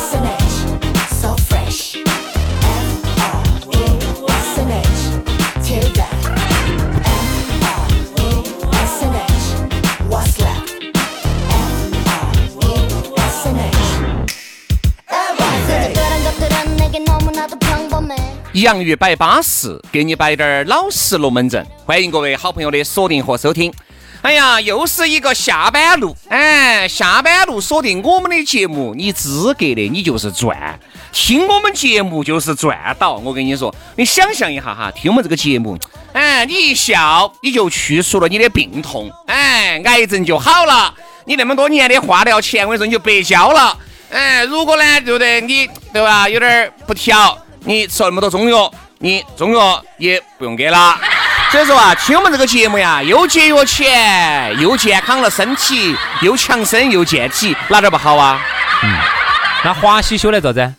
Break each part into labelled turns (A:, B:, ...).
A: so fresh. F-R-E-S-N-H, till death. F-R-E-S-N-H, what's left? F-R-E-S-N-H. 뜨거란 것들은 내게 너무나도 평범해.
B: 洋芋摆巴适，给你摆点儿老实龙门阵。欢迎各位好朋友的锁定和收听。哎呀，又是一个下班路，哎，下班路锁定我们的节目，你资格的，你就是赚。听我们节目就是赚到，我跟你说，你想象一下哈，听我们这个节目，哎，你一笑你就去除了你的病痛，哎，癌症就好了。你那么多年的化疗钱，我跟你说你就白交了。哎，如果呢，对不对？你对吧？有点儿不调，你吃了那么多中药，你中药也不用给了。所以说啊，听我们这个节目呀，又节约钱，又健康了身体，又强身又健体，哪点儿不好啊？
C: 那华西修来咋子？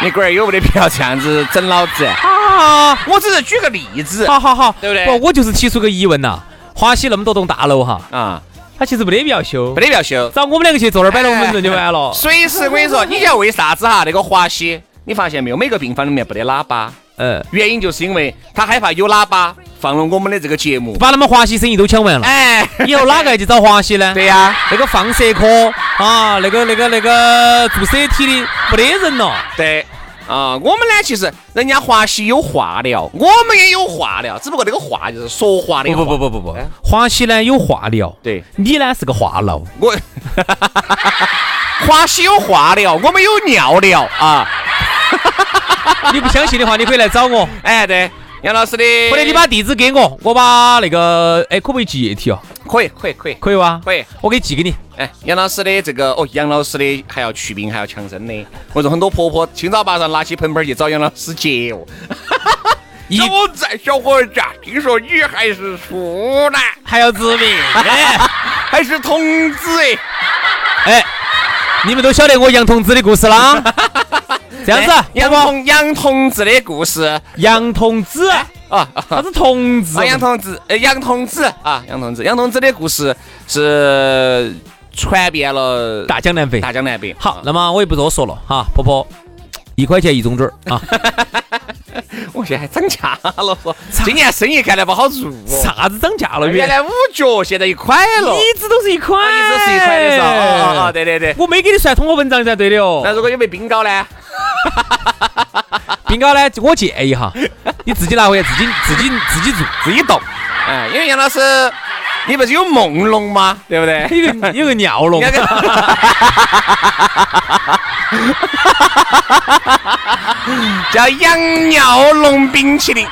B: 你龟儿有没得必要这样子整老子？啊，我只是举个例子
C: 好好好，
B: 对不对
C: 不，我就是提出个疑问呐。华西那么多栋大楼哈，
B: 啊，
C: 它其实没得必要修
B: 没，得必要修。哎
C: 找我们两个去坐那儿摆龙门阵就完了。
B: 随时我跟你说，你晓得为啥子哈？那个华西，你发现没有？每个病房里面不得喇叭，
C: 嗯，
B: 原因就是因为他害怕有喇叭放了我们的这个节目。
C: 把他们华西生意都抢完了，
B: 哎，
C: 以后哪个还去找华西呢？
B: 对呀、
C: 那个放射科啊，那个那个那个做 CT 的没得人了。
B: 对。啊、我们呢，其实人家华西有化疗，我们也有化疗，只不过那个化就是说话的
C: 不
B: 话。
C: 不不不不不
B: 哎，
C: 华西呢有化疗，
B: 对
C: 你呢是个 话痨。
B: 我华西有化疗，我们有尿疗啊。
C: 你不相信的话，你可以来找我，
B: 哎，对，杨老师的，
C: 或者你把地址给我，我把那个哎可不可以寄液体哦？
B: 可以可以可以。
C: 可以吧？
B: 可以
C: 我给寄给你。
B: 哎，杨老师的这个哦，杨老师的还要去病，还要强身的。我说很多婆婆清早八上拿起盆盆儿去找杨老师借哦。
C: 一
B: 都在小伙子啊，听说你还是处男，
C: 还要致命。哎
B: 还是童子哎。
C: 哎， 你们都晓得我杨同志的故事 啦。这样子
B: 哎，
C: 好
B: 杨
C: 不好？
B: 同杨同志的故事
C: 杨同志，
B: 啊，
C: 啥子同志
B: 啊，？杨同志，呃，杨同志啊，杨同志，杨同志的故事是传遍了
C: 大江南北。
B: 大江南北。
C: 好
B: 啊，
C: 那么我也不多说了哈，婆婆，一块钱一种嘴儿 啊，
B: 我现在还涨价了，说今年生意看来不好做。哦
C: 啥子涨价了？
B: 原来五角，现在一块了，啊
C: 一直都是一块，
B: 哦
C: 哎
B: 一直是一块的是吧？哦哦哦，对对对。
C: 我没给你算通货膨胀才对的
B: 那
C: 哦。
B: 如果有没冰糕呢？
C: 冰糕呢，我建 议哈，你自己拿回来，自己自己自己做。
B: 自 己冻。哎，因为杨老师，你不是有梦龙吗？对不对？
C: 有个 有个尿龙
B: 你，看看 叫羊尿龙冰淇淋。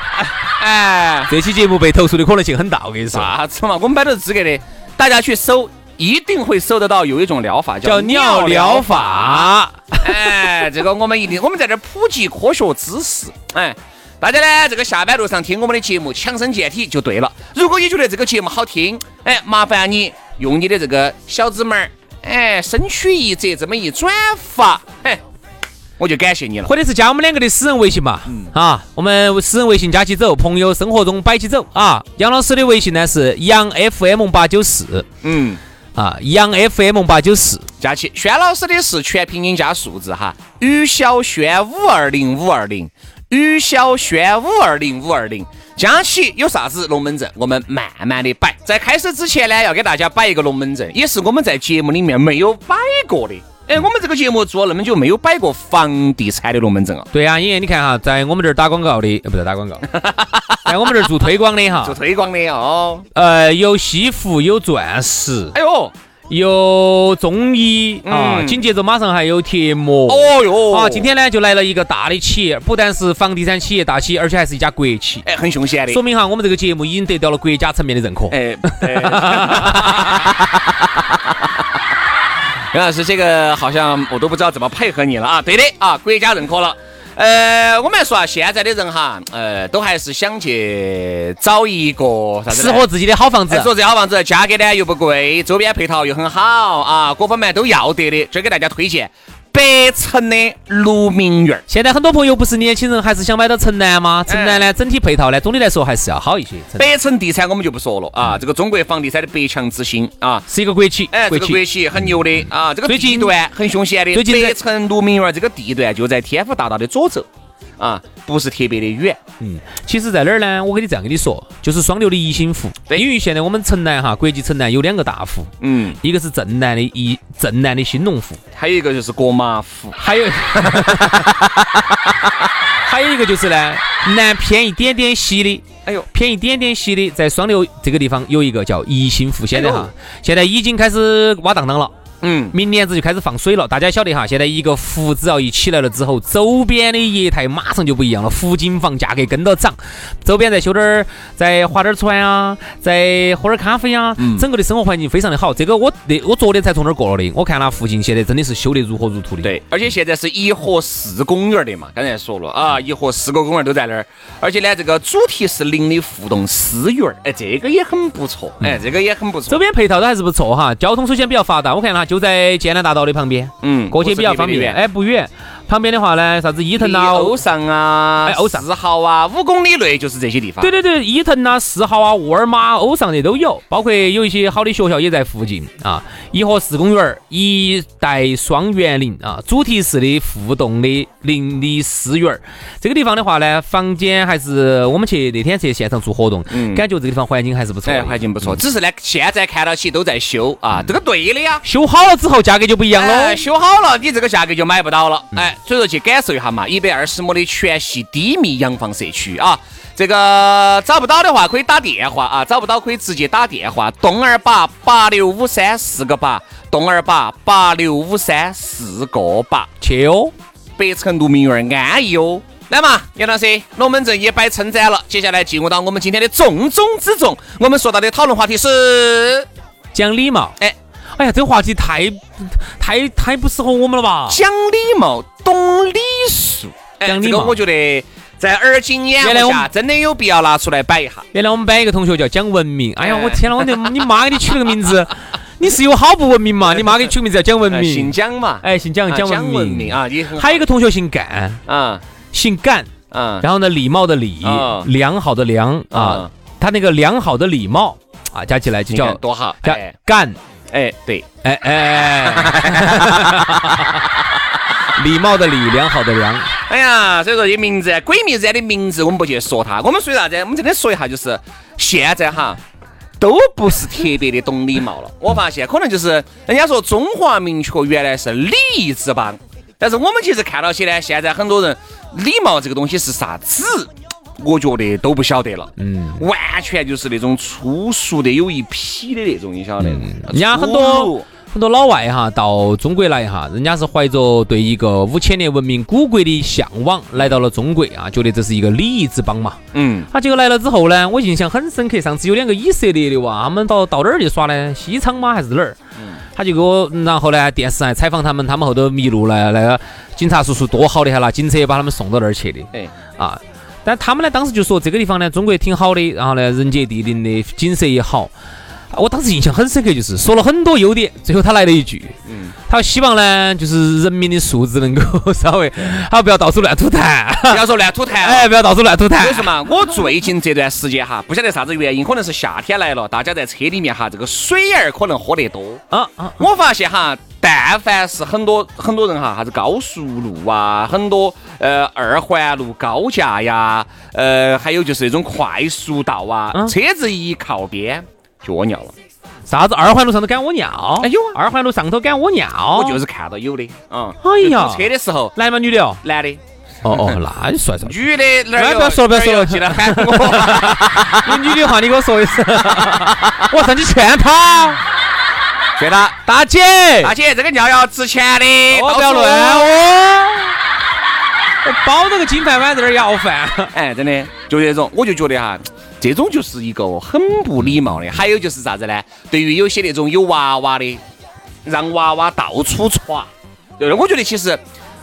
B: 哎，
C: 这期节目被投诉的可能性很大，我跟你说。
B: 啥子嘛？我们摆都是资格的，大家去搜，一定会搜得到。有一种疗法
C: 叫尿疗
B: 法。
C: 法，
B: 哎，这个我们一定，我们在这儿普及科学知识。哎，大家呢，这个下班路上听我们的节目，强身健体就对了。如果你觉得这个节目好听，哎，麻烦你用你的这个小指拇儿，哎，身躯一折，这么一转发，哎，我就感谢你了。
C: 或者是加我们两个的私人微信嘛，
B: 嗯
C: 啊，我们私人微信加起走，朋友生活中摆起走啊。杨老师的微信呢是杨 FM 八九四
B: 嗯，
C: 啊，杨 FM 八九四，
B: 佳琪，轩老师的是全拼音加数字哈，于小轩五二零五二零，于小轩五二零五二零。佳琪有啥子龙门阵，我们慢慢的摆。在开始之前呢，要给大家摆一个龙门阵，也是我们在节目里面没有摆过的。哎，我们这个节目做了那么久，没有摆过房地产的龙门阵啊，
C: 对呀、因为你看哈，在我们这儿打广告的，呃，不是打 广告，在我们这儿做推广的哈
B: 做，推广的哦。
C: 呃，有西服，有钻石，
B: 哎呦，
C: 有中医啊，
B: 嗯
C: 紧接着马上还有贴膜。
B: 哦哟，
C: 啊，今天呢就来了一个大的企业，不但是房地产企业大企业，而且还是一家国企，
B: 哎很凶险的
C: 说，明哈我们这个节目已经得到了国家层面的认可。
B: 哎。哎袁老师，这个好像我都不知道怎么配合你了啊！对的啊，国家认可了。呃，我们来说啊，现在的人哈，呃，都还是想去找一个啥子
C: 适
B: 呢
C: 合自己的好房子啊
B: 哎，，说这好房子价格呢又不贵，周边配套又很好啊，各方面都要得的。这给大家推荐百城的鹿鸣园儿。
C: 现在很多朋友不是年轻人，还是想买到城南吗？城南呢，整体配套呢，总的来说还是要好一些。城南
B: 百城地产我们就不说了啊，这个中国房地产的百强之星啊。
C: 是一个国企，
B: 哎，这
C: 国
B: 个国
C: 企。
B: 企很牛的啊，这个
C: 嗯最
B: 地
C: 近
B: 段很凶险的。
C: 最近在
B: 百城鹿鸣园儿这个地段就在天府大道的左侧啊，不是特别的远。
C: 其实，在哪儿呢？我跟你这样跟你说，就是双流的宜兴湖。
B: 对
C: 因为现在我们城南哈，国际城南有两个大湖，
B: 嗯，
C: 一个是正南的宜正南的兴隆湖，
B: 还有一个就是国马湖，
C: 还有， 还有一个就是呢，南偏一点点西的，
B: 哎呦，
C: 偏一点点西的，在双流这个地方有一个叫宜兴湖。现在
B: 哎
C: 哈
B: 呦，
C: 现在已经开始挖荡荡了。
B: 嗯，
C: 明年子就开始放水了。大家晓得哈，现在一个湖只要一起来了之后，周边的业态马上就不一样了，湖景房价格跟到涨，周边再修点儿，再划点儿船啊，再喝点儿咖啡啊，
B: 嗯
C: 整个的生活环境非常的好。这个我那我昨天才从那儿过了的，我看那附近现在真的是修得如火如荼的。，
B: 对，而且现在是一河四公园儿的嘛，刚才说了啊，一河四个公园儿都在那儿，而且呢，这个主题是零的互动私园儿，哎，这个也很不错，
C: 嗯
B: 哎，这个也很不
C: 周
B: 错，
C: 边配套都还是不错哈，交通首先比较发达，我看哈就在建南大道的旁边，
B: 嗯
C: 过去比较方
B: 不是
C: 便，
B: 特别远
C: 哎不远。旁边的话呢，啥子伊藤
B: 离
C: 啊，
B: 欧尚啊，
C: 哎欧尚
B: 四号啊，五公里内就是这些地方。
C: 对，对对，伊藤呐、四号啊、沃尔玛、欧尚这都有，包括有一些好的学校也在附近啊。颐和四公园儿、一带双园林啊，主题式的互动的邻里私园儿。这个地方的话呢，房间还是我们去那天去现场做活动，感觉这个地方环境还是不错的，
B: 嗯哎，环境不错，只是呢，现在看到起都在修啊，这个对的呀。
C: 修好了之后价格就不一样喽。
B: 哎，修好了，你这个价格就买不到了。哎，所以说去感受一下嘛，一百二十亩的全系低密洋房社区啊。这个找不到的话可以打电话啊，找不到可以直接打电话，东二八八六五三四个八，东二八八六五三四个八，
C: 去哦，
B: 百城鹿鸣园安逸哦。来嘛，杨老师，龙门阵也摆称赞了。接下来进入到我们今天的重中之重，我们说到的讨论话题是
C: 讲礼貌。
B: 哎，
C: 哎呀，这个话题太太太不适合我们了吧？
B: 哎讲礼貌，懂礼数。哎
C: 讲礼貌
B: 这个我觉得在耳今眼
C: 原来
B: 目
C: 我
B: 下，
C: 们
B: 真的有必要拿出来摆一下。
C: 原来我们班一个同学叫蒋文明，哎呀，我天呐，我的你妈给你取了个 名字，你是有好不文明嘛？你妈给你取个名字叫蒋文
B: 呃姓
C: 明，
B: 蒋嘛，
C: 嗯哎，姓蒋，
B: 啊
C: 蒋文
B: 文
C: 明
B: 明。啊，你很
C: 还有一个同学姓干，
B: 啊
C: 姓干，
B: 啊，
C: 然后呢，礼貌的礼
B: 啊，
C: 良好的良啊
B: 啊，
C: 他那个良好的礼貌啊，加起来就
B: 你看
C: 叫
B: 多好，
C: 叫
B: 哎
C: 干，
B: 哎，对，
C: 哎哎， 哎 礼貌的礼，良好的良，
B: 哎呀，所以说这名字鬼迷日的名字，我们不去说它。我们说啥子？我们真的说一下，就是现在哈。都不是特别的懂礼貌了。我发现，可能就是人家说中华民族原来是礼仪之邦，但是我们其实看到起呢，现在很多人礼貌这个东西是啥子，我觉得都不晓得了。嗯，完全就是那种粗俗的有一批的那种，你晓得？
C: 人家很
B: 粗
C: 多
B: 鲁
C: 很多老外哈到中国来哈，人家是怀着对一个五千年文明古国的向往来到了中国啊，觉得这是一个礼仪之邦嘛。啊
B: 嗯，
C: 他结果来了之后呢，我印象很深刻，上次有两个以色列的娃，他们到到哪儿去耍呢？西昌吗？还是哪儿？他就给我，然后呢，电视还采访他们，他们后头迷路了，那个警察叔叔多好的，还拿警车把他们送到那儿去的。
B: 哎，
C: 啊。但他们呢，当时就说这个地方呢，中国挺好的，然后呢，人杰地灵的，景色也好。啊我当时印象很深刻，就是说了很多优点，最后他来了一句，嗯，他说希望呢，就是人民的素质能够稍微， 啊，不要到处乱吐痰，
B: 不要说乱吐痰啊。
C: 哎，不要到处乱吐 痰
B: 为。什么？我最近这段时间哈，不晓得啥子原因，可能是夏天来了，大家在车里面哈，这个水儿可能喝得多。
C: 啊啊，
B: 我发现哈，但凡是很多很多人哈，啥子高速路啊，很多呃二环路高架呀，呃，还有就是那种快速道啊，
C: 嗯
B: 车子一靠边就屙尿了。
C: 啥子二环路上头敢屙尿？
B: 哎有啊
C: 二环路上头敢屙尿？
B: 我就是看到有的，嗯，
C: 哎呀
B: 就堵车的时候，
C: 男嘛女的哦？
B: 男的。
C: 哦哦，那你帅帅。
B: 女的哪儿有
C: 哎不要说了不要
B: 哪
C: 说了
B: 儿有记得喊我。
C: 你女的话，你给我说一声，我上去劝她。
B: 对了，
C: 大姐，
B: 大姐，这个尿要值钱的，
C: 我
B: 包
C: 不要
B: 住
C: 乱哦。我包了个金饭碗在这儿要饭。
B: 哎，真的就这种，我就觉得哈，这种就是一个很不礼貌的。还有就是啥子呢？对于有些那种有娃娃的，让娃娃到处耍，对不对？我觉得其实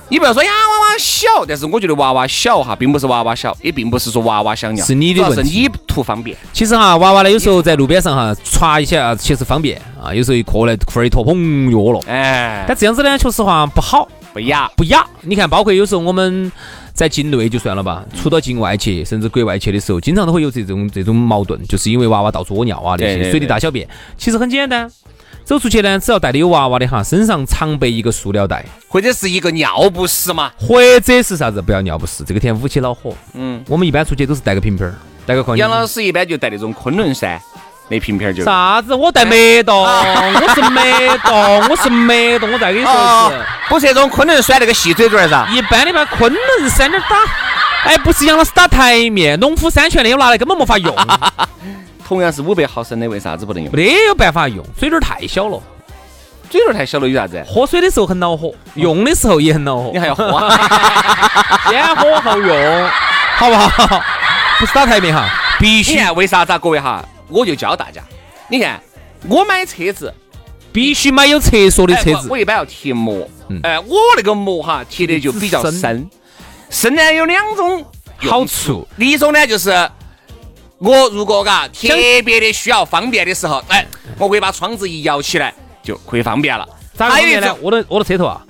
B: 你不要说呀，娃娃小，但是我觉得娃娃小哈，并不是娃娃小，也并不是说娃娃想尿，
C: 是你的
B: 主要
C: 问
B: 是
C: 题
B: 你图方便。
C: 其实哈，娃娃呢，有时候在路边上哈，歘一下，其实方便啊。有时候一过来，裤儿一脱，砰，就屙了。
B: 哎，
C: 但这样子呢，说实话不好，
B: 不雅，
C: 不雅。你看，包括有时候我们在境内就算了吧，出到境外去，甚至国外去的时候，经常都会有这种这种矛盾，就是因为娃娃到处屙尿啊那
B: 对对
C: 些
B: 对
C: 随地大小便。其实很简单，走出去呢，只要带的有娃娃的哈，身上常备一个塑料袋，
B: 或者是一个尿不湿嘛，
C: 或者是啥子，不要尿不湿。这个天捂起恼火，
B: 嗯。
C: 我们一般出去都是带个瓶瓶儿，带个矿泉
B: 杨
C: 水。
B: 老师一般就带那种昆仑山那瓶瓶儿就。
C: 啥子？我带没动，
B: 啊
C: 我是没动，我是没动。我再给你说一
B: 哦
C: 次，，
B: 不是那种昆仑甩那个细嘴嘴儿噻。
C: 一般的吧，昆仑山那儿打，哎，不是杨老师打台面，农夫山泉那个拿来根本没 法用，
B: 同样是五百毫升的，为啥子不能用？
C: 没得有办法用，水嘴儿太小了，
B: 嘴儿太小了有啥子？
C: 喝水的时候很恼火，用的时候也很恼火
B: 你，还要喝？
C: 先喝后用，好不好？不是打台面哈，必
B: 你
C: 须
B: 看为啥子啊？各位哈，我就教大家，你看我买车子，
C: 必须买有厕所的
B: 哎
C: 车
B: 我
C: 子，
B: 我一般要贴膜
C: 嗯，
B: 哎，我那个膜哈贴的就比较
C: 深
B: 深，深呢有两种用
C: 好处。
B: 第一种呢就是我如果嘎特别的需要方便的时候，哎，我可以把窗子一摇起来就可以方便了。
C: 咋个
B: 还
C: 方
B: 有一
C: 便呢
B: 种？
C: 我的我的车头啊，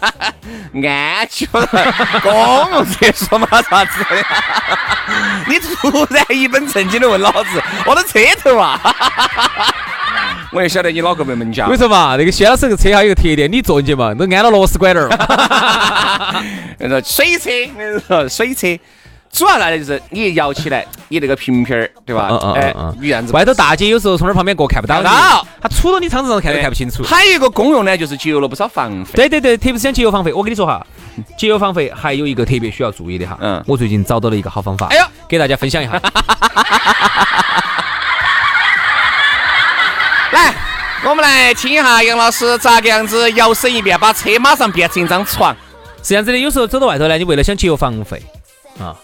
B: 安全公用厕所嘛，啥子的？你突然一本正经的问老子，我的车头啊！我也晓得你脑壳被门夹
C: 为。什么？那个薛老师这个车还有一个特点，你坐进去嘛，都安了螺丝管那儿了。
B: 那个水车，那个水车，主要呢就是你摇起来，你那个瓶瓶儿，对吧
C: 嗯嗯？
B: 哎
C: 嗯，
B: 你样子
C: 外头大街有时候从那儿旁边过看不 到你，
B: 看不到
C: 他杵到你肠子上看都
B: 哎
C: 看不清楚。
B: 还有一个功用呢，就是节约了不少房费。
C: 对对对，特别是讲节约房费，我跟你说哈，节约房费还有一个特别需要注意的哈。
B: 嗯
C: 我最近找到了一个好方法，
B: 哎呦，
C: 给大家分 享一下。
B: 来，我们来听一下杨老师咋个样子摇身一变，把车马上变成一张床。
C: 是这样子的，有时候走到外头呢，你为了想节约房费啊，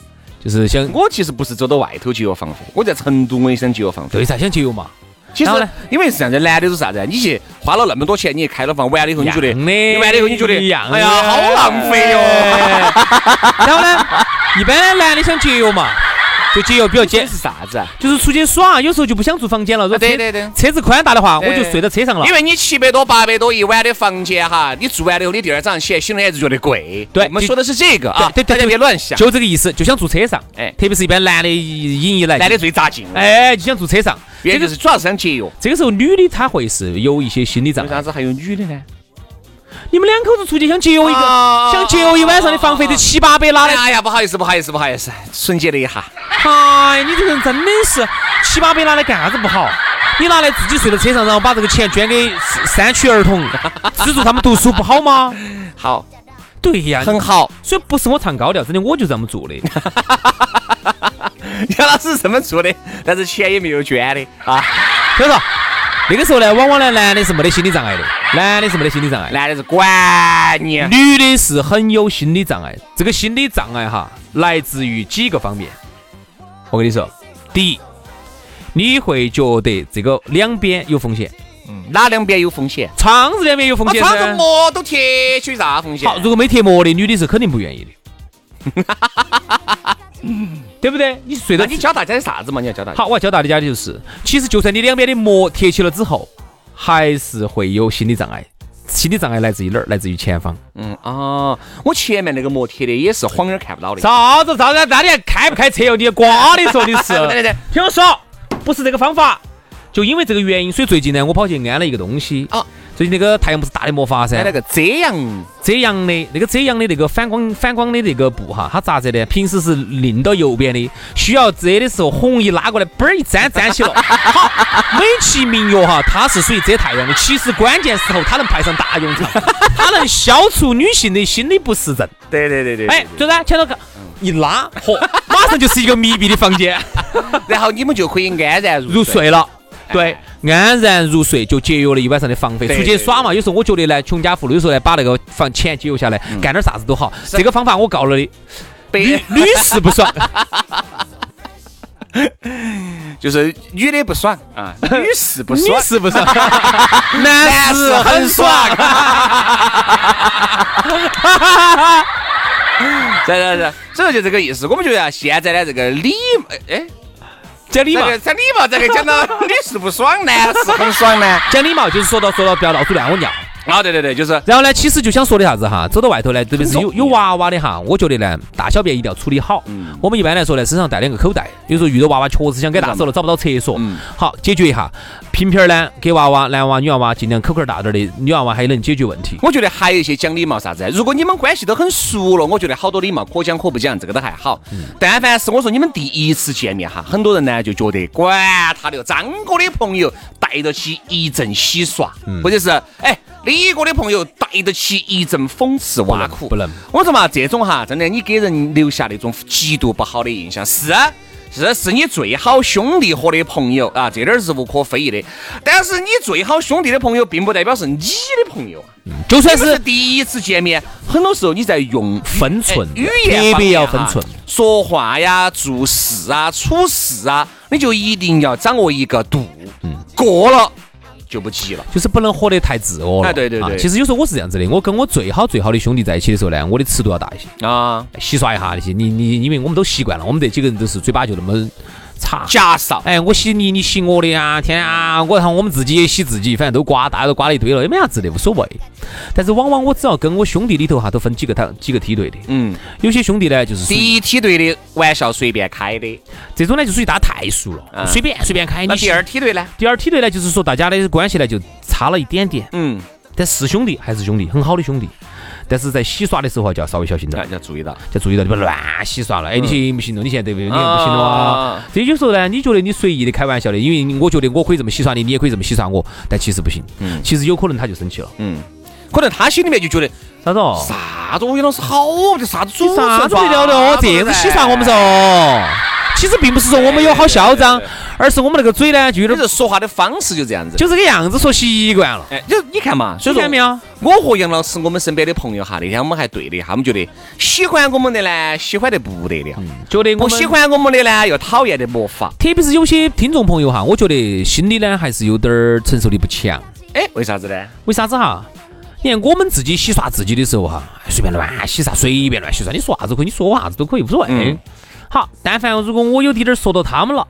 C: 就是想
B: 我其实不是走到外头节约房费，我在成都我也想节约房费。
C: 对噻，想节约嘛。
B: 其实
C: 然后呢
B: 因为是这样子，男的是啥子啊？你去花了那么多钱，你去开了房，完了以后你觉得，
C: 一样的
B: 你完了以后你觉得
C: 一样，的哎
B: 哎呀，好浪费哟。
C: 然后 呢，一般呢，男的想节约嘛，就节约比较
B: 这
C: 简
B: 是，啥子啊？
C: 就是出去耍，有时候就不想住房间了。如果
B: 啊对
C: 车
B: 对对
C: 车子宽大的话，我
B: 对
C: 就睡到车上了
B: 因。为你七百多、八百多一晚的房间哈，你住完了以后，你第二早上起来醒了还是觉得贵。
C: 对
B: 我们说的是这个啊，
C: 对对对
B: 大家别乱想。
C: 就这个意思，就想住车上，
B: 哎
C: 特别是一般男的引一来，
B: 男的，最扎劲，哎，
C: 哎，就想住车上。
B: 也
C: 这
B: 就
C: 个
B: 是主要是想节约。
C: 这个时候女的她会是有一些心理障
B: 为
C: 碍
B: 啥。子还有女的呢？
C: 你们两口子出去想节约一个，
B: 啊
C: 想节约一晚上的房费都七八百拿
B: 哎呀
C: 来，
B: 哎呀，不好意思，不好意思，不好意思，纯洁了一下。
C: 哎，你这个人真的是七八百拿来干啥子不好？你拿来自己睡到车上，然后把这个钱捐给山山区儿童，资助他们读书不好吗？
B: 好，
C: 对呀，
B: 很好。
C: 所以不是我唱高调，真的我就这么做的。
B: 杨老师是这么做的，但是钱也没有捐的啊。
C: 所以说，那个时候呢，往往呢，男的是没得心理障碍的，男的是没得心理障碍。
B: 男的是管你，
C: 女的是很有心理障碍，这个心理障碍哈，来自于几个方面。我跟你说，第一，你会觉得这个两边有风险，
B: 哪两边有风险？啊
C: 窗子两边有风
B: 我
C: 险
B: 窗子
C: 噻。
B: 膜都贴起啥风险
C: 好，？如果没贴膜的，女的是肯定不愿意的， 对不对？你睡
B: 那
C: 到
B: 你教大家的啥子嘛？你要教大家。
C: 好，我要教大家的就是，其实就算你两边的膜贴起了之后，还是会有心理障碍。心理障碍来自于哪儿？来自于前方。
B: 嗯啊，我前面那个膜贴的也是晃眼儿看不到的。
C: 啥子啥子？那你还开不开车哟？你瓜的说你是
B: 对对对
C: 听我说，不是这个方法，就因为这个原因，所以最近呢，我跑去安了一个东西
B: 哦，
C: 最近那个太阳不是大的没法噻
B: 在，那个遮阳，
C: 遮阳的那个遮阳的那个反光反光的那个布哈，它咋子呢？平时是拧到右边的，需要遮的时候，红一拉过来，嘣儿一粘粘起了。 好，美其名曰哈，它是属于遮太阳的，其实关键时候它能派上大用场， 它能消除女性的心理不适症。
B: 对对对对
C: 哎
B: 哎，，
C: 就在前头看，一拉，嚯，马上就是一个密闭的房间，
B: 然后你们就可以安然入
C: 入睡了。对，安然入睡就节约了一晚上的房费。
B: 对
C: 出去
B: 对对
C: 耍嘛，有时候我觉得呢，穷家富路有时候呢，把那个房钱节约下来，干点啥子都好。这个方法我告了你，
B: 白
C: 屡屡试不爽。
B: 就是女的不爽啊，女士不爽，
C: 是 不是？ 男士很爽。
B: 是是是，所以就这个意思。我们觉得啊，现在的这个礼，哎，
C: 讲礼
B: 这
C: 貌，
B: 个讲礼貌，这个讲到 女士不爽，男士很爽 呢。
C: 讲礼貌，就是说到说到不要到处乱我尿。
B: 啊，对对对，就是
C: 然后呢，其实就想说的啥子哈，走到外头呢，特别是
B: 很
C: 有
B: 重要
C: 有娃娃的哈，我觉得呢，大小便一定要处理好。
B: 嗯
C: 我们一般来说呢，身上带两个口袋，有时候遇到娃娃确实想给大手了，找不到厕所，
B: 嗯
C: 好解决一下。瓶瓶儿呢，给娃娃，男娃娃、女娃娃尽量口口儿大点儿的，女娃娃还能解决问题。
B: 我觉得还有一些讲礼貌啥子，如果你们关系都很熟了，我觉得好多礼貌可讲可不讲，这个都还好。但凡是我说你们第一次见面哈，很多人呢就觉得管他的，张哥的朋友带得起一阵洗刷，
C: 嗯
B: 或者是哎李哥的朋友带得起一阵讽刺挖苦，
C: 啊不能不能
B: 我说嘛，这种哈，真的你给人留下那种极度不好的印象是。啊是是你最好兄弟和的朋友啊，这点儿是无可非议的。但是你最好兄弟的朋友，并不代表是你的朋友啊。
C: 就算
B: 但是
C: 是
B: 第一次见面，很多时候你在用
C: 分寸，
B: 哎语言
C: 特
B: 方
C: 别
B: 面
C: 要
B: 哈
C: 分寸。
B: 说话呀、做事啊、处事啊，你就一定要掌握一个度，
C: 嗯
B: 过了就不急了。
C: 就是不能活得太自我了。
B: 哎对对
C: 啊
B: 对
C: 其实有时候我是这样子的，我跟我最好最好的兄弟在一起的时候呢，我的尺度要大一些，
B: 啊，
C: 洗刷一下那些。你你，因为我们都习惯了，我们这几个人都是嘴巴就那么差。
B: 假少，
C: 哎，我洗你，你洗我的呀！天啊，我然后我们自己也洗自己，反正都刮，大家都刮了一堆了，也没啥子的，无所谓。但是往往我只要跟我兄弟里头哈，都分几个堂几个梯队的，
B: 嗯，
C: 有些兄弟呢就是属于
B: 第一梯队的玩笑随便开的，
C: 这种呢就属于大家太熟了，
B: 嗯
C: 随便随便开。
B: 那
C: 哎你洗
B: 第二梯队呢？
C: 第二梯队呢，就是说大家的关系呢就差了一点点，
B: 嗯，
C: 但是兄弟还是兄弟，很好的兄弟。但是在洗刷的时候啊就要稍微小心点
B: 那，哎要注意到，
C: 就注意到你不要乱洗刷了。哎，你行不行了？你现在对不对？你现在不行了啊
B: 啊！
C: 这有时候呢，你觉得你随意的开玩笑的，因为我觉得我可以这么洗刷你，你也可以这么洗刷我，但其实不行。
B: 嗯
C: 其实有可能他就生气了，
B: 嗯，可能他心里面就觉得
C: 啥子哦？
B: 啥子我跟老师好，这啥子主
C: 啥子
B: 没
C: 没聊的哦？这样子洗刷我们说，其实并不是说我们有好嚣张
B: 对对对，
C: 而是我们那个嘴呢就有
B: 就
C: 点
B: 是说话的方式就这样子。
C: 就这个样子说习惯了。
B: 哎，就你看嘛，所以
C: 你
B: 说
C: 看没有？
B: 我和杨老师，我们身边的朋友哈，那天我们还对了一下，我们觉得喜欢我们的呢，喜欢得不得了；
C: 觉得
B: 不
C: 我们
B: 喜欢我们的呢，又讨厌得没法。
C: 特别是有些听众朋友哈，我觉得心里呢还是有点儿承受力不强。
B: 哎，为啥子呢？
C: 为啥子哈？你看我们自己洗刷自己的时候哈，哎随便乱洗啥，随便乱洗刷，你说啥子可以，你说我啥子都可以，无所谓。
B: 嗯
C: 好，但凡如果我有滴点儿说到他们了，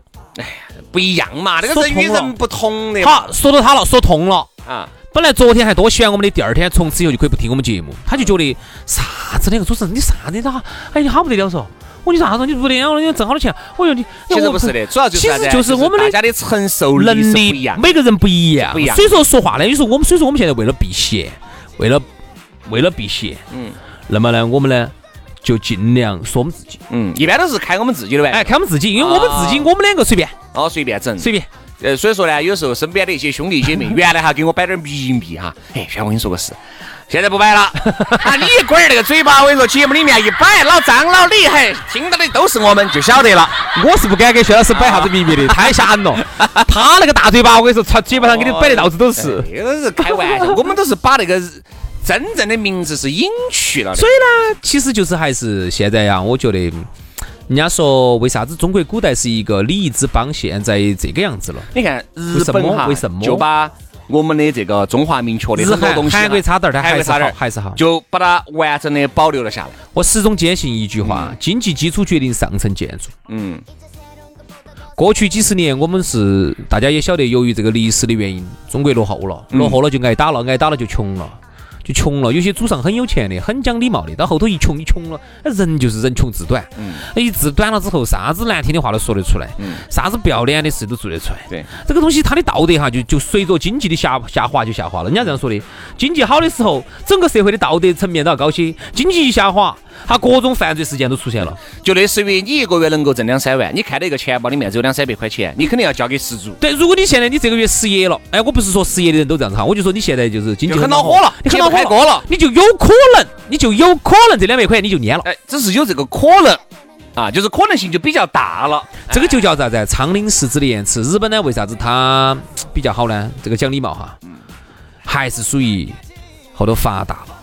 B: 不一样嘛，这个
C: 说
B: 人与
C: 通了
B: 人不同的嘛
C: 好，说到他了，说痛了。
B: 啊，
C: 本来昨天还多喜欢我们的，第二天从此以后就可以不听我们节目，他就觉得啥子那个主持人，你啥子他，哎你好不得了嗦，我你啥子你不得了了，你挣好多钱，我说你，哎
B: 其实
C: 我
B: 不是的，主要就是啥子
C: 其
B: 呢
C: 实就是我们
B: 大
C: 的
B: 家的承受力是
C: 能
B: 不
C: 力
B: 一样。
C: 每个人不一样，
B: 不一样
C: 所以说说话呢，有时候我们所以说我们现在为了避嫌，为了为了避嫌，
B: 嗯
C: 那么呢，我们呢就尽量说我们自己，
B: 嗯，一般都是开我们自己的
C: 哎，
B: 呗，
C: 看我们自己，因为我们自己，
B: 啊
C: 我们两个随便
B: 然后随便整。
C: 随便，
B: 呃，所以说呢，有时候身边的一些兄弟姐 妹，原来哈给我摆点儿秘密哈，哎，轩，我跟你说个事，现在不摆了。啊，你一滚儿那个嘴巴，我跟你说，节目里面一摆，老张老李，嘿，听到的都是我们，就晓得了。
C: 我是不敢给薛老师摆啥子秘密的，太吓人了， 他那个大嘴巴，我跟你说，他嘴巴上给你摆的到处都是。
B: 这个哎是开玩笑，我们都是把那个真正的名字是隐去了的。
C: 所以呢，其实就是还是现在呀、我觉得。嗯人家说为啥子中国古代是一个礼仪之邦，现在这个样子了？
B: 你看日
C: 什
B: 本
C: 么
B: 哈，
C: 为什么
B: 就把我们的这个中华民族的
C: 日
B: 很多
C: 韩
B: 东西哈，啊
C: 韩国差点儿，但
B: 韩
C: 还
B: 国
C: 是
B: 差
C: 好
B: 点，儿，
C: 还是好。
B: 就把它完整的保留了下来。
C: 我始终坚信一句话：经济基础决定上层建筑。
B: 嗯，
C: 过去几十年，我们是大家也晓得，由于这个历史的原因，中国落后了，落后了就挨打了，挨打了就穷了，就穷了。有些祖上很有钱的，很讲礼貌的，到后头一穷一穷了，那人就是人穷志短，一志短了之后，啥子难听的话都说得出来，啥子不要脸的事都做得出来。
B: 对，
C: 这个东西它的道德哈，就就随着经济的下下滑就下滑了。人家这样说的，经济好的时候，整个社会的道德层面都要高些；经济一下滑，它各种犯罪事件都出现了。
B: 就类似于你一个月能够挣两三万，你看到一个钱包里面只有两三百块钱，你肯定要交给失主。
C: 对，如果你现在你这个月失业了，哎，我不是说失业的人都这样子哈，我就说你现在就是经济
B: 就很恼
C: 恼
B: 火了
C: 你很恼
B: 揭不开
C: 火
B: 锅了
C: 你就有可能，你就有可能这两百块你就蔫了。
B: 哎，只是有这个可能啊，就是可能性就比较大了。
C: 这个就叫啥子啊？苍廪实之的延迟。日本呢，为啥子它嘖比较好呢？这个讲礼貌哈，还是属于后头发达了，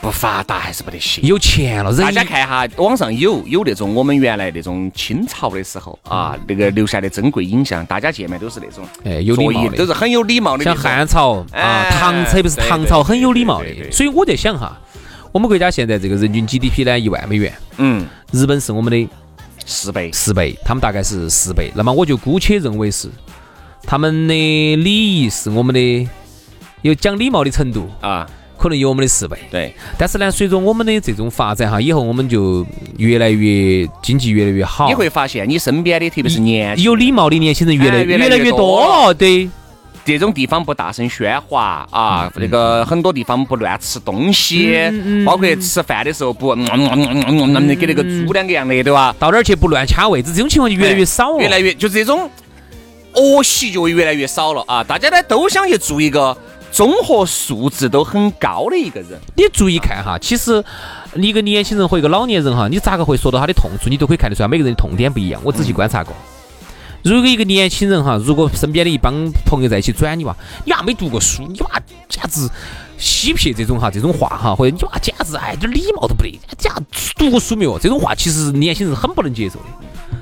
B: 不发达还是不得行。
C: 有钱了，人
B: 大家看哈，网上有有那种我们原来那种清朝的时候啊，那个留下的珍贵影像，大家见面都是那种
C: 嗯哎有礼
B: 作
C: 貌
B: 揖
C: 的
B: 都是很有礼貌的那
C: 像
B: 种。
C: 汉朝啊
B: 哎、
C: 唐朝，不是
B: 对
C: 唐
B: 对
C: 朝
B: 对
C: 很有礼貌
B: 对对
C: 的。
B: 对
C: 所以我在想哈，我们国家现在这个人均 GDP 呢一万美元，
B: 嗯，
C: 日本是我们的
B: 十倍。
C: 十倍，他们大概是十倍。那么我就姑且认为是他们的礼仪是我们的有讲礼貌的程度，
B: 啊，
C: 可能有我们的十倍。
B: 对，
C: 但是呢，随着我们的这种发展哈，以后我们就越来越经济越来越好，
B: 你会发现你身边的，特别是年轻
C: 有礼貌的年轻人越来
B: 哎越来
C: 来
B: 越
C: 越
B: 多
C: 多了，对。
B: 这种地方不大声喧哗啊，那个很多地方不乱吃东西，包括吃饭的时候不，嗯嗯嗯嗯嗯，给那个猪两个样的，对吧？
C: 到哪儿去不乱掐位置，这种情况就越来越少了。
B: 哎越来越就是这种恶习就越来越少了啊！大家呢都想去做一个综合素质都很高的一个人，
C: 你注意看哈，其实你一个年轻人和一个老年人哈，你咋个会说到他的痛处，你都可以看得出来，每个人的痛点不一样。我仔细观察过。如果一个年轻人哈，如果身边的一帮朋友在一起转你哇，你娃没读过书，你娃简直嬉皮这种哈，这种话哈，或者你娃简直哎，点礼貌都不得，这样读过书没有？这种话其实年轻人很不能接受的。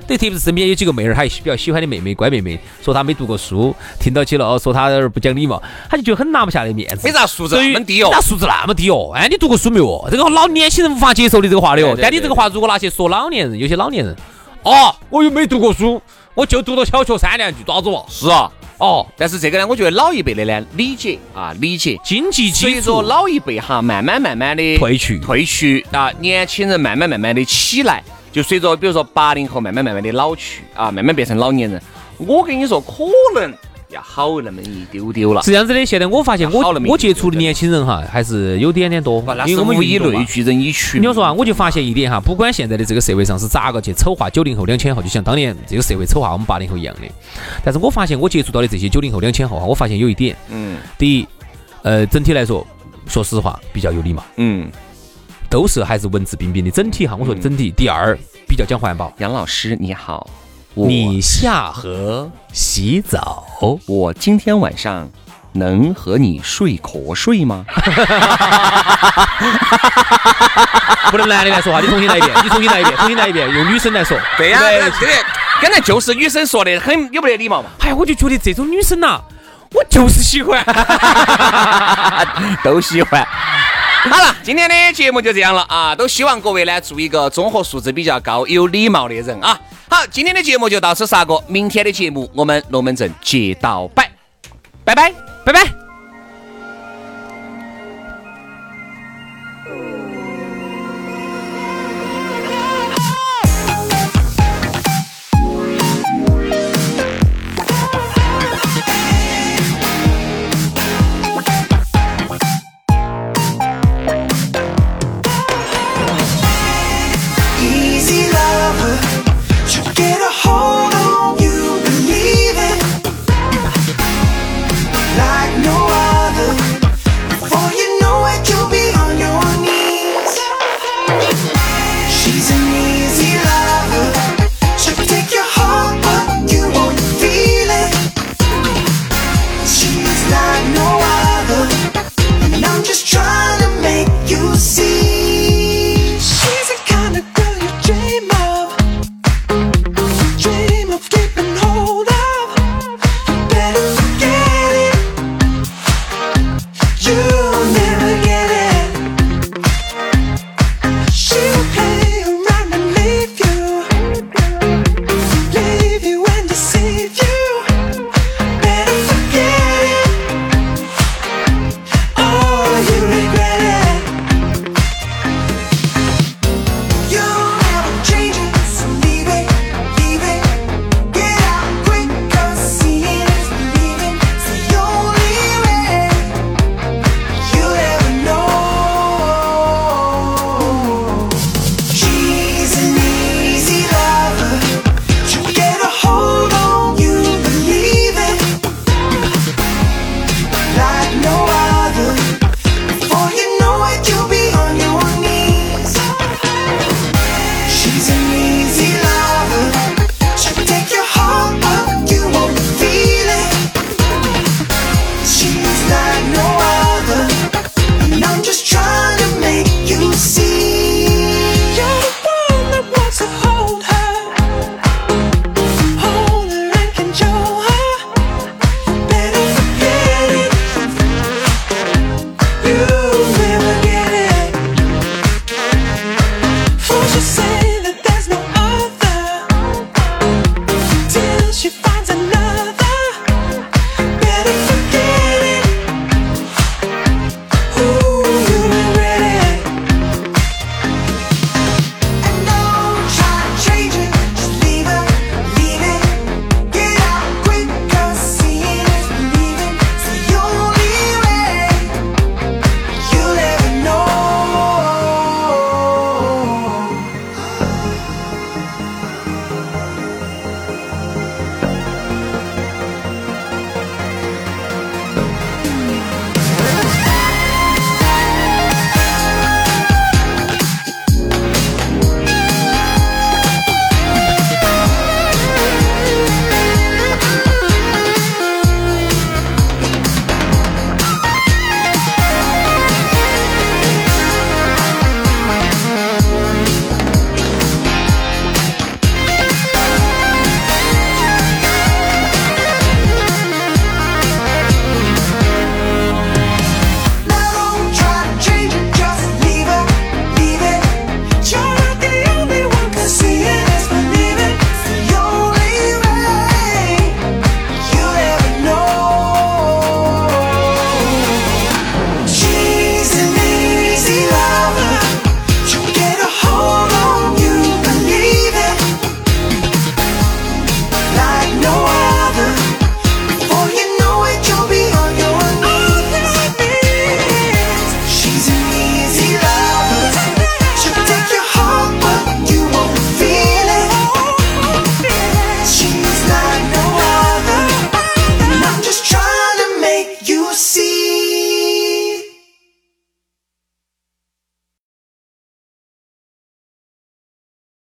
C: 对，特别是身边有几个妹儿，她也比较喜欢的妹妹，乖妹妹，说她没读过书，听到起了哦，说她有点不讲礼貌，她就觉得很拿不下来面子。
B: 没啥素质
C: 对于
B: 很低哦
C: 那。素质那么低哦？哎，你读过书没有？这个老年轻人无法接受的这个话的哦
B: 对。对
C: 但你这个话如果拿去说老年人，有些老年人，哦，我又没读过书，我就读到小学三年级，咋子嘛？
B: 是啊，
C: 哦，
B: 但是这个呢，我觉得老一辈的呢理解啊理解，
C: 经济基
B: 随
C: 础
B: 着老一辈哈慢慢慢慢的
C: 退去
B: 退去啊，年轻人慢慢慢慢的起来，就随着比如说八零后慢慢慢慢的老去啊，慢慢变成老年人。我跟你说，可能要好那么一丢丢了。
C: 是这样子的。现在我发现我
B: 好了没
C: 我接触的年轻人哈，还是有点点多
B: 哇，那，是
C: 因为我们
B: 物以
C: 运动嘛
B: 类聚，人以群。
C: 你要说啊，我就发现一点哈，不管现在的这个社会上是咋个去丑化九零后、两千后，就像当年这个社会丑化我们八零后一样的。但是我发现我接触到的这些九零后、两千后哈，我发现有一点，
B: 嗯
C: 第一，呃，整体来说，说实话比较有礼貌，
B: 嗯，
C: 都是还是文质彬彬的。整体哈，我说整体。第二，比较讲环保。
B: 杨老师你好，我
C: 你下河洗澡，
B: 我今天晚上能和你睡瞌睡吗？
C: 不能男的来说话，你重新来一遍，你重新来一遍，重新来一遍，用女生来说。
B: 对呀、对，刚才就是女生说的很有没得礼貌嘛，
C: 哎，我就觉得这种女生呐、我就是喜欢。
B: 都喜欢。好了，今天的节目就这样了啊！都希望各位呢做一个综合素质比较高、有礼貌的人啊！好，今天的节目就到此杀过，明天的节目我们龙门阵接到摆，拜拜，拜拜。